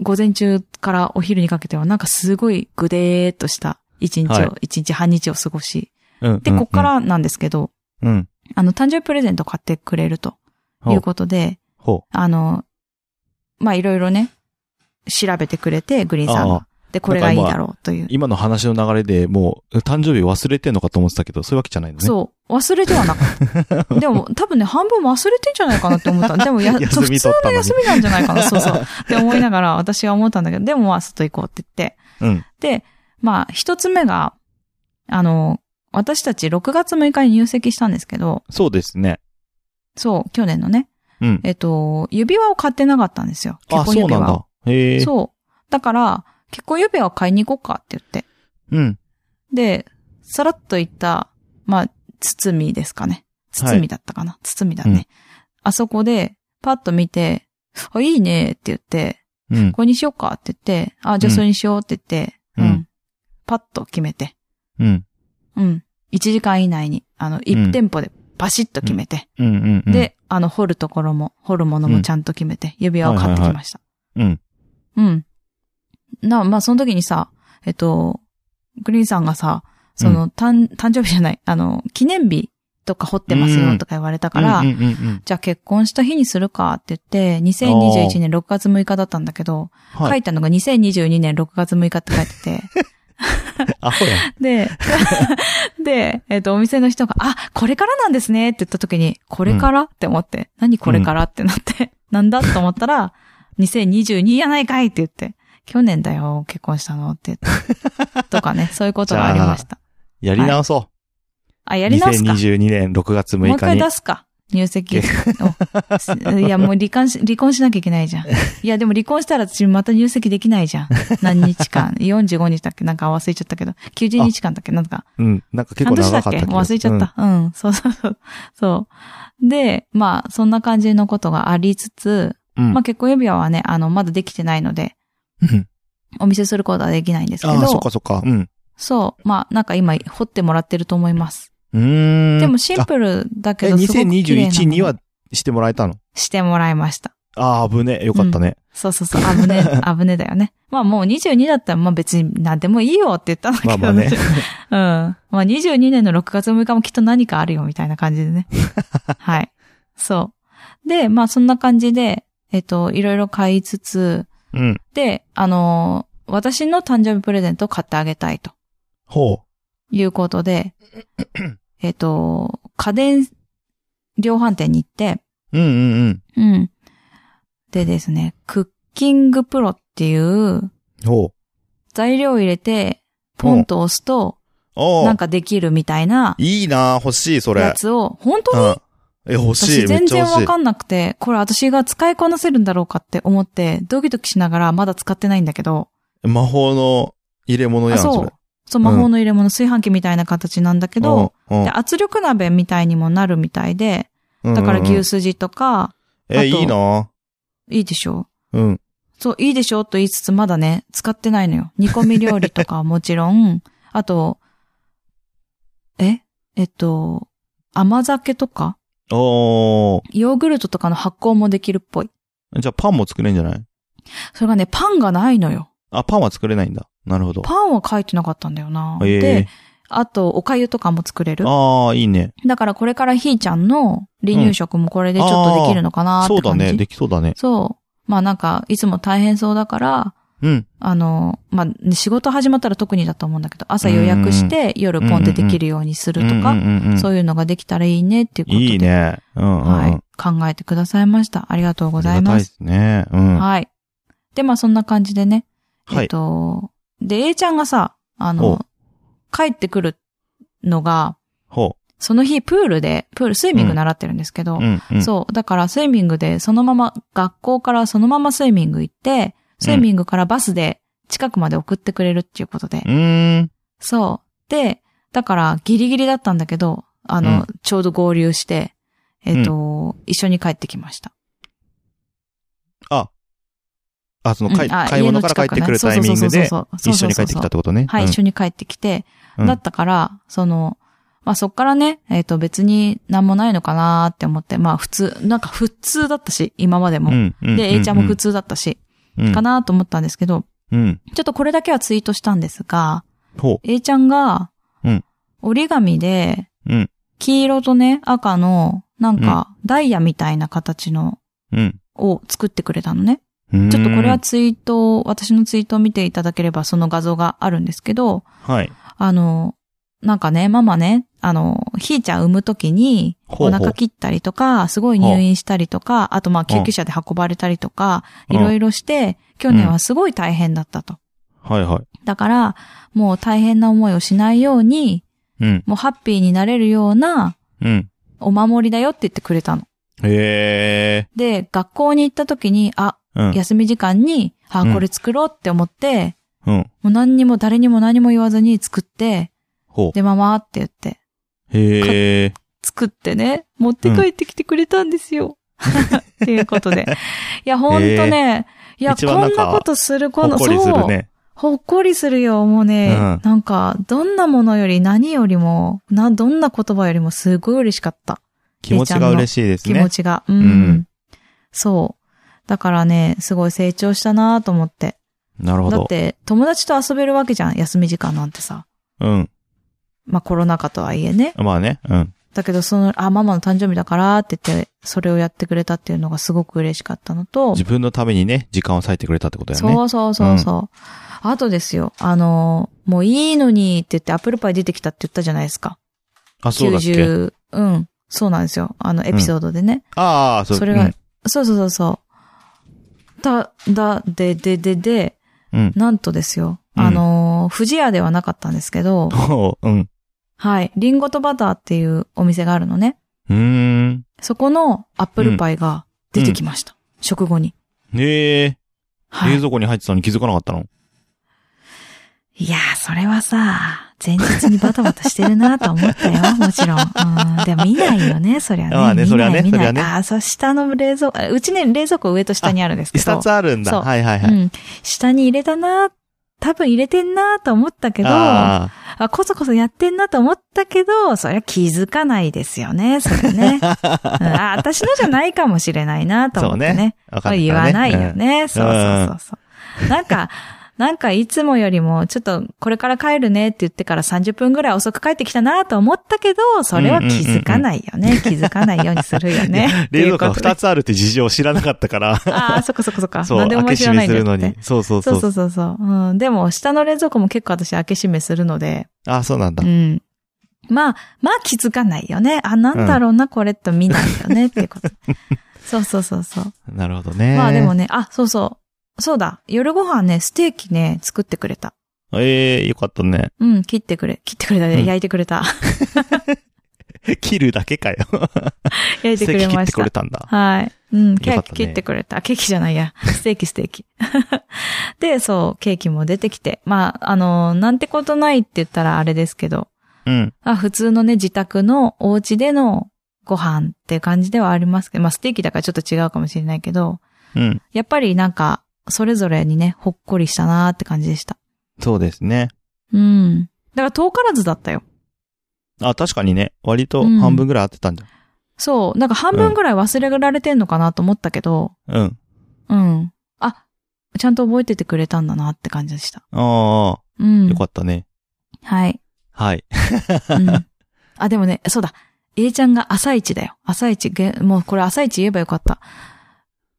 S2: 午前中からお昼にかけては、なんかすごいぐでーっとした一日
S1: はい
S2: を、一、日半日を過ごし。
S1: うん。
S2: で、こっか、らなんですけど、
S1: うん。
S2: あの、誕生日プレゼント買ってくれるということで、
S1: ほ
S2: あの、まあ、いろいろね、調べてくれて、グリーンさん
S1: あ
S2: が。で、これがいいだろうという
S1: う。。今の話の流れでもう、誕生日忘れてんのかと思ってたけど、そういうわけじゃないのね。
S2: そう。忘れてはなか った。でも、多分ね、半分忘れてんじゃないかなって思った。でも、や
S1: 休
S2: そう普
S1: み
S2: 通
S1: 取った
S2: の
S1: のに
S2: 休みなんじゃないかな。そ うそう。って思いながら、私は思ったんだけど、でも、まあ、外行こうって言って。
S1: う。うん。
S2: で、まあ、一つ目が、あの、私たち6月6日に入籍したんですけど、
S1: そうですね。
S2: そう、去年のね、
S1: うん。
S2: えっと、指輪を買ってなかったんですよ。結
S1: あ、
S2: 婚
S1: そう
S2: 指
S1: なん
S2: 輪を。
S1: だ。へえ。う。
S2: そう。だから、結婚指輪を買いに行こうかって言って。
S1: うん。
S2: で、さらっと言った、まあ、包みですかね。包みだったかな、包みだね、
S1: うん
S2: あそこで、パッと見て、あ、いいねって言って、
S1: うん。
S2: これにしようかって言って、あ、じゃあそれにしようって言って、
S1: うん
S2: パッと決めて、
S1: うん。
S2: うん。1時間以内に、あの、1店舗でパシッと決めて、
S1: うん。うん。うん、
S2: で、あの、掘るところも、掘るものもちゃんと決めて、指輪を買ってきました。
S1: うん。
S2: うん。な、まあ、その時にさ、えっと、グリーンさんがさ、その、誕、誕生日じゃない、あの、記念日とか掘ってますよとか言われたから、
S1: うん。うん。うん。
S2: じゃあ結婚した日にするかって言って、2021年6月6日だったんだけど、書
S1: はい。
S2: いたのが2022年6月6日って書いてて、
S1: あ、ほや。
S2: で、で、えっ、と、お店の人が、あ、これからなんですねって言った時に、これから、って思って、何これからってなって、 なんだと思ったら、2022やないかいって言って、去年だよ、結婚したのって言って。とかね、そういうことがありました。
S1: やり直そう。
S2: あ、やり直すか。
S1: 2022年6月
S2: もう
S1: 6
S2: 一
S1: 日
S2: 回
S1: に
S2: 出。すか。入籍を。いや、もう離婚し、離婚しなきゃいけないじゃん。いや、でも離婚したら私また入籍できないじゃん。何日間。45日だっけなんか忘れちゃったけど。90日間だっけなんか。
S1: うん。なんか結構
S2: 半年
S1: 長
S2: だっ
S1: かった
S2: け
S1: けど。
S2: 忘れちゃった。うん、そうそうそう。そう。で、まあ、そんな感じのことがありつつ、
S1: うん。うん。
S2: まあ結婚指輪はね、あの、まだできてないので、
S1: うん
S2: お見せすることはできないんですけ
S1: あ
S2: ど、
S1: あ、そっかそっか。うん。
S2: そう、まあなんか今、掘ってもらってると思います。
S1: うーん。
S2: でもシンプルだけ
S1: え、
S2: ど、すごく綺麗なも
S1: 2021
S2: の
S1: にはしてもらえたの
S2: してもらいました。
S1: ああ、ぶねえ。よかったね。
S2: そうそうそう、危 ねえ、危ねえだよね。まあもう22だったら、まあ別に何でもいいよって言ったんだけど、
S1: まあまあ ね。
S2: うん。まあ22年の6月6日もきっと何かあるよみたいな感じ でね。はい。そう。で、まあそんな感じで、えっと、いろいろ買いつつ、
S1: うん。
S2: で、あのー私の誕生日プレゼントを買ってあげたいと
S1: ほ
S2: いうこ とで、えっと、家電量販店に行って、
S1: う。うんうんうん。
S2: うん。でですね、クッキングプロっていう
S1: ほう。
S2: 材料を入れて、ポンと押すと、
S1: お
S2: なん
S1: ー
S2: かできるみたいない
S1: いなー欲しい、そ
S2: や
S1: れ。
S2: つを、本当に
S1: うん。え、欲し
S2: 私
S1: い。め
S2: 全
S1: っちゃ
S2: 然
S1: 欲し
S2: わ
S1: い。
S2: かんなくて、これ私が使いこなせるんだろうかって思って、ドキドキしながらまだ使ってないんだけど、
S1: 魔法の入れ物や
S2: あ
S1: ん、そ
S2: そ
S1: れ
S2: う。。そう、魔法の入れ物、炊飯器みたいな形なんだけど、
S1: うん、うん
S2: で圧力鍋みたいにもなるみたいで、
S1: うんうん
S2: だから牛すじとか、あと
S1: え、いいなー
S2: いいでしょ
S1: うん。
S2: そう、いいでしょと言いつつまだね、使ってないのよ。煮込み料理と かはもちろん、あと、ええっと、甘酒とか、
S1: おー。
S2: ヨーグルトとかの発酵もできるっぽい。
S1: じゃあパンも作れんじゃない
S2: それがね、パンがないのよ。
S1: あ、パンは作れないんだ。なるほど。
S2: パンは書いてなかったんだよな。
S1: え
S2: で、あと、お粥とかも作れ
S1: え
S2: る。
S1: ああ、いいね。
S2: だからこれからひーちゃんの離乳食もこれでちょっとできるのかなって
S1: そう
S2: 感じ、
S1: だね。できそうだね。
S2: そう。まあなんか、いつも大変そうだから、
S1: うん。
S2: あの、まあ、仕事始まったら特にだと思うんだけど、朝予約して夜ポンってできるようにすると
S1: う
S2: か
S1: ん、うんうん、
S2: そういうのができたらいいねっていうことで。
S1: いいね。うんうんうん。
S2: はい。考えてくださいました。ありがとうござい
S1: ありがたい
S2: ま。
S1: ですすね。うん。は
S2: はい。で、まあそんな感じでね。えっ
S1: い。
S2: と、で、A ちゃんがさ、あ
S1: お
S2: の、帰ってくるのが、
S1: ほ
S2: その日プールで、プール、スイミング習ってるんですけど
S1: う。う、んうん。
S2: そう。だからスイミングで、そのまま、学校からそのままスイミング行って、スイミングからバスで近くまで送ってくれるっていうことで。
S1: うーん。
S2: そう。で、だからギリギリだったんだけど、あの、
S1: うん
S2: ちょうど合流して、えっ、と、一緒に帰ってきました。
S1: あ。あ、その、かい
S2: うんあ
S1: 買い物から帰ってくるタイミングで、一緒に帰ってきたっ。てことね。
S2: はい、一緒に帰ってきて、
S1: うん
S2: だったから、その、まあ、そっからね、えっ、と、別になんもないのかなーって思って、まあ、普通、なんか普通だったし、今までも。
S1: うんうん。
S2: で、A ちゃんも普通だったし、
S1: 通
S2: か。なーと思ったんですけど、
S1: うん。
S2: ちょっとこれだけはツイートしたんですが、
S1: ほ
S2: A ちゃんが
S1: うん、
S2: 折り紙で、
S1: う。うん。
S2: 黄色とね、赤の、なんか、ダイヤみたいな形の、
S1: うん。
S2: を作ってくれたのね。
S1: うーん
S2: ちょっとこれは、ツイートを、私のツイートを見ていただければその画像があるんですけど、
S1: はい。
S2: あの、なんかね、ママね、あの、ひーちゃん産むときに、
S1: ほう
S2: お
S1: ほう
S2: 腹切ったりとか、すごい入院したりとか、あとまあ救急車で運ばれたりとか、
S1: うん
S2: いろいろして、去年はすごい大変だったと。
S1: はいは
S2: だから、もう大変な思いをしないように、
S1: い。うん。
S2: もうハッピーになれるような
S1: うん。
S2: お守りだよって言ってくれたの。
S1: へえ。
S2: で、学校に行った時に、あ、
S1: うん。
S2: 休み時間に、あ、
S1: うん
S2: これ作ろうって思って、
S1: うん。
S2: もう何にも誰にも何も言わずに作って、
S1: ほ
S2: で、ママって言って、
S1: う。へえ。
S2: 作ってね、持って帰ってきてくれたんですよ。っていうことで。いや、ほんとね、いや、
S1: 一番
S2: こ
S1: なん
S2: ん
S1: か
S2: なことする
S1: ほ
S2: こ
S1: っ
S2: の、
S1: こりするね。
S2: そう、ほっこりするよ、もうね、
S1: うん
S2: なんか、どんなものより何よりも、な、どんな言葉よりもすごい嬉しかった。
S1: 気持ちが嬉しいです
S2: 気
S1: ね
S2: 持。ちが。うん。
S1: うん
S2: そう。だからね、すごい成長したなと思って。
S1: なるほ
S2: だっ
S1: ど。
S2: て、友達と遊べるわけじゃん、休み時間なんてさ。
S1: うん。
S2: まあ、コロナ禍とはいえね。
S1: まあね。うん。
S2: だけど、その、あ、ママの誕生日だからって言って、それをやってくれたっていうのがすごく嬉しかったのと、
S1: 自分のためにね、時間を割いてくれたってことだよね。
S2: そうそうそうそう。あとですよ、あの、もういいのにって言ってアップルパイ出てきたって言ったじゃないですか。
S1: あ、そうだっけ。
S2: 90、うん。そうなんですよ。あの、エピソードでね。
S1: ああ、そう。
S2: それが、そうそうそうそう。た、だ、で、で、で、で、
S1: うん。
S2: なんとですよ。
S1: うん
S2: あの、富士屋ではなかったんですけど、
S1: ほう。うん。
S2: はい。リンゴとバターっていうお店があるのね。
S1: うーん。
S2: そこのアップルパイが出てきました。食後に。
S1: ええ
S2: は
S1: 冷
S2: い。
S1: 蔵庫に入ってたのに気づかなかったの
S2: いやー、それはさ、前日にバタバタしてるなとは思った よ、もちろん。うん。でも見ないよね、そりゃね。
S1: まあね
S2: 見ない
S1: そりゃね
S2: 見
S1: そり
S2: ない
S1: ゃね
S2: あーそう、下の冷蔵庫、あうちね、冷蔵庫上と下にあるんですけど。
S1: 二つあるん
S2: そ
S1: だ。
S2: う
S1: はいはいはい。
S2: うん。下に入れたな多分入れてんなと思ったけど、あ
S1: あ
S2: こそこそやってんなと思ったけど、そりゃ気づかないですよね、それ ね。うん、あー、私のじゃないかもしれないな
S1: あ、
S2: と
S1: そ
S2: 思
S1: う
S2: ってね
S1: ね。。わかんない
S2: 言
S1: から
S2: わ
S1: ね。
S2: ないよ。ね。そうそうそうそう。なんか、なんかいつもよりも、ちょっとこれから帰るねって言ってから30分ぐらい遅く帰ってきたなと思ったけど、それは気づかないよね。気づかないようにするよね
S1: 冷蔵庫が二
S2: つ。
S1: つあるって事情を知らなかったから、
S2: ああ、そっかそっかそっか。
S1: そう、
S2: 何で
S1: 開
S2: も
S1: け
S2: 知
S1: 閉
S2: らな
S1: め
S2: いん
S1: す
S2: だ
S1: る
S2: よ
S1: の
S2: って
S1: に。。そうそう
S2: そ
S1: そうう
S2: そ。うそうそう。うん。でも、下の冷蔵庫も結構私開け閉めするので、
S1: あ、そうなんだ
S2: う。ん。まあ、まあ気づかないよね。あ、なんだろうな、これって見ないよね、っていうこと。そうそうそうそう。
S1: なるほどね。
S2: まあでも。ね、あ、そうそう。そうだ。夜ご飯ね、ステーキね、作ってくれた。
S1: ええ、よかったね。
S2: うん、切ってくれ。切ってくれたね。
S1: うん
S2: 焼いてくれた。
S1: 切るだけかよ。
S2: 焼い て
S1: 席
S2: く
S1: 切
S2: れま
S1: っ
S2: してた。
S1: くれたんだ。
S2: はい。うん、ケ
S1: よか
S2: ー
S1: った
S2: キ
S1: ね
S2: 切ってくれた。ケーキじゃない や。ステーキ、ステーキ。 で、そう、ケーキも出てきて。まあ、あの、なんてことないって言ったらあれですけど。
S1: うん。
S2: あ、普通のね、自宅のお家でのご飯っていう感じではありますけど、まあ、ステーキだからちょっと違うかもしれないけど、
S1: うん。
S2: やっぱりなんか、それぞれにね、ほっこりしたなーって感じでした。
S1: そうですね。
S2: うん。だから遠からずだったよ。
S1: あ、確かにね、割と
S2: うん
S1: 半分ぐらい合ってたんじ
S2: そう。なんか半分ぐらい忘れられてんのかなと思ったけど、
S1: ゃん。うん。
S2: うん。あ、ちゃんと覚えててくれたんだなって感じでした。
S1: あ
S2: う
S1: あ、
S2: ん。
S1: よかったね。
S2: はい。
S1: はい。
S2: うん。あ、でもね、そうだ。A ちゃんが朝一だよ。朝一、げもうこれ朝一言えばよかった。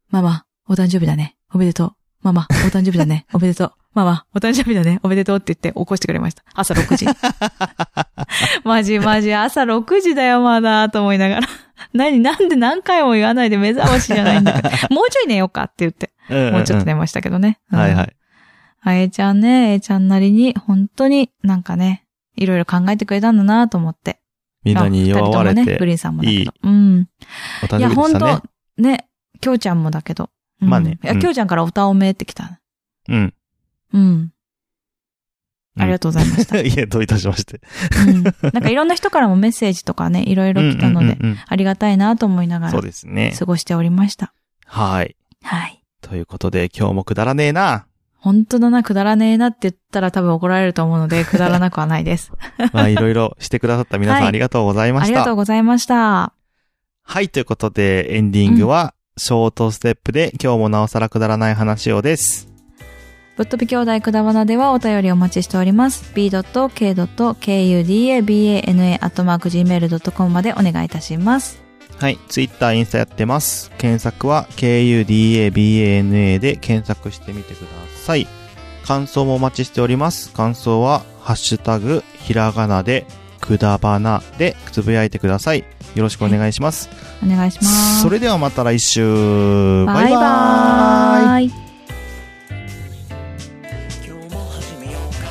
S2: ママ、お誕生日だね。おめでとう。ママ、お誕生日 だね。おめでとう。ママ、お誕生日だね。おめでとうって言って起こしてくれました。朝6時。 マジマジ、朝6時だよ、まだ、と思いながら。 何、なんで何回も言わないで目覚ましじゃないんだ けど。もうちょい寝ようかって言って。
S1: うん
S2: もうちょっと。寝ましたけどね。。
S1: うんはいはいい。
S2: あえちゃんね、えちゃんなりに、本当になんかね、いろいろ考えてくれたんだなと思って。
S1: みんなに祝われ
S2: あ二人ともね、グ
S1: て、
S2: リーンさんもだけど。
S1: いい
S2: うん。
S1: お誕生
S2: いや、
S1: 日で
S2: 本
S1: したね
S2: 当。ね、きょうちゃんもだけど。うん
S1: まあね
S2: いや、
S1: うん
S2: きょうちゃんからお歌をめってきた。
S1: うん。
S2: うん。
S1: うん
S2: ありがとうございました。
S1: いや、どういたしまして。
S2: うん。なんかいろんな人からもメッセージとかね、いろいろ来たの
S1: うん
S2: で、
S1: うんうん
S2: ありがたいなと思いな
S1: う
S2: が
S1: んそ
S2: ら
S1: う、ですね。
S2: 過ごしておりました。
S1: はい。
S2: はい。
S1: ということで、今日もくだらねえ な。
S2: 本当だな、くだらねえなって言ったら多分怒られると思うので、くだらなくはない です。
S1: まあ、いろいろしてくださった皆さん
S2: はい
S1: ありがとうございま
S2: あ
S1: し
S2: りがと
S1: た
S2: う。ございました。
S1: はい、ということで、エンディングは、ショートステップで、今日もなおさらくだらない話をです。
S2: ぶっ飛び兄弟くだばなではお便りお待ちしております。b.k.kudabana.gmail.com までお願いいたします。
S1: はい、ツイッター、インスタやってます。検索は、KUDABANA で検索してみてください。感想もお待ちしております。感想は、ハッシュタグ、ひらがなで、くだばなで、つぶやいてください。よろしくお願いします。
S2: お願いします。
S1: それではまた来週。バイバ
S2: バ
S1: ー
S2: イ
S1: イ
S2: バーイ。
S4: 今日も始めようか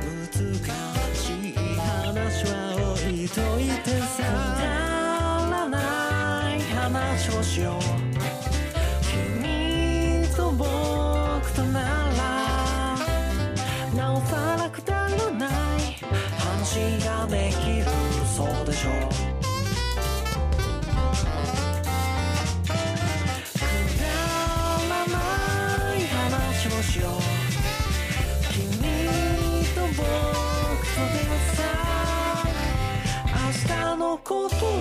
S4: 難しい話は置いといてさくだらない話をしよう君と僕とならなおさらくだらない話ができるそうでしょうくだらない話をしよう「君と僕とでさ」「明日のことを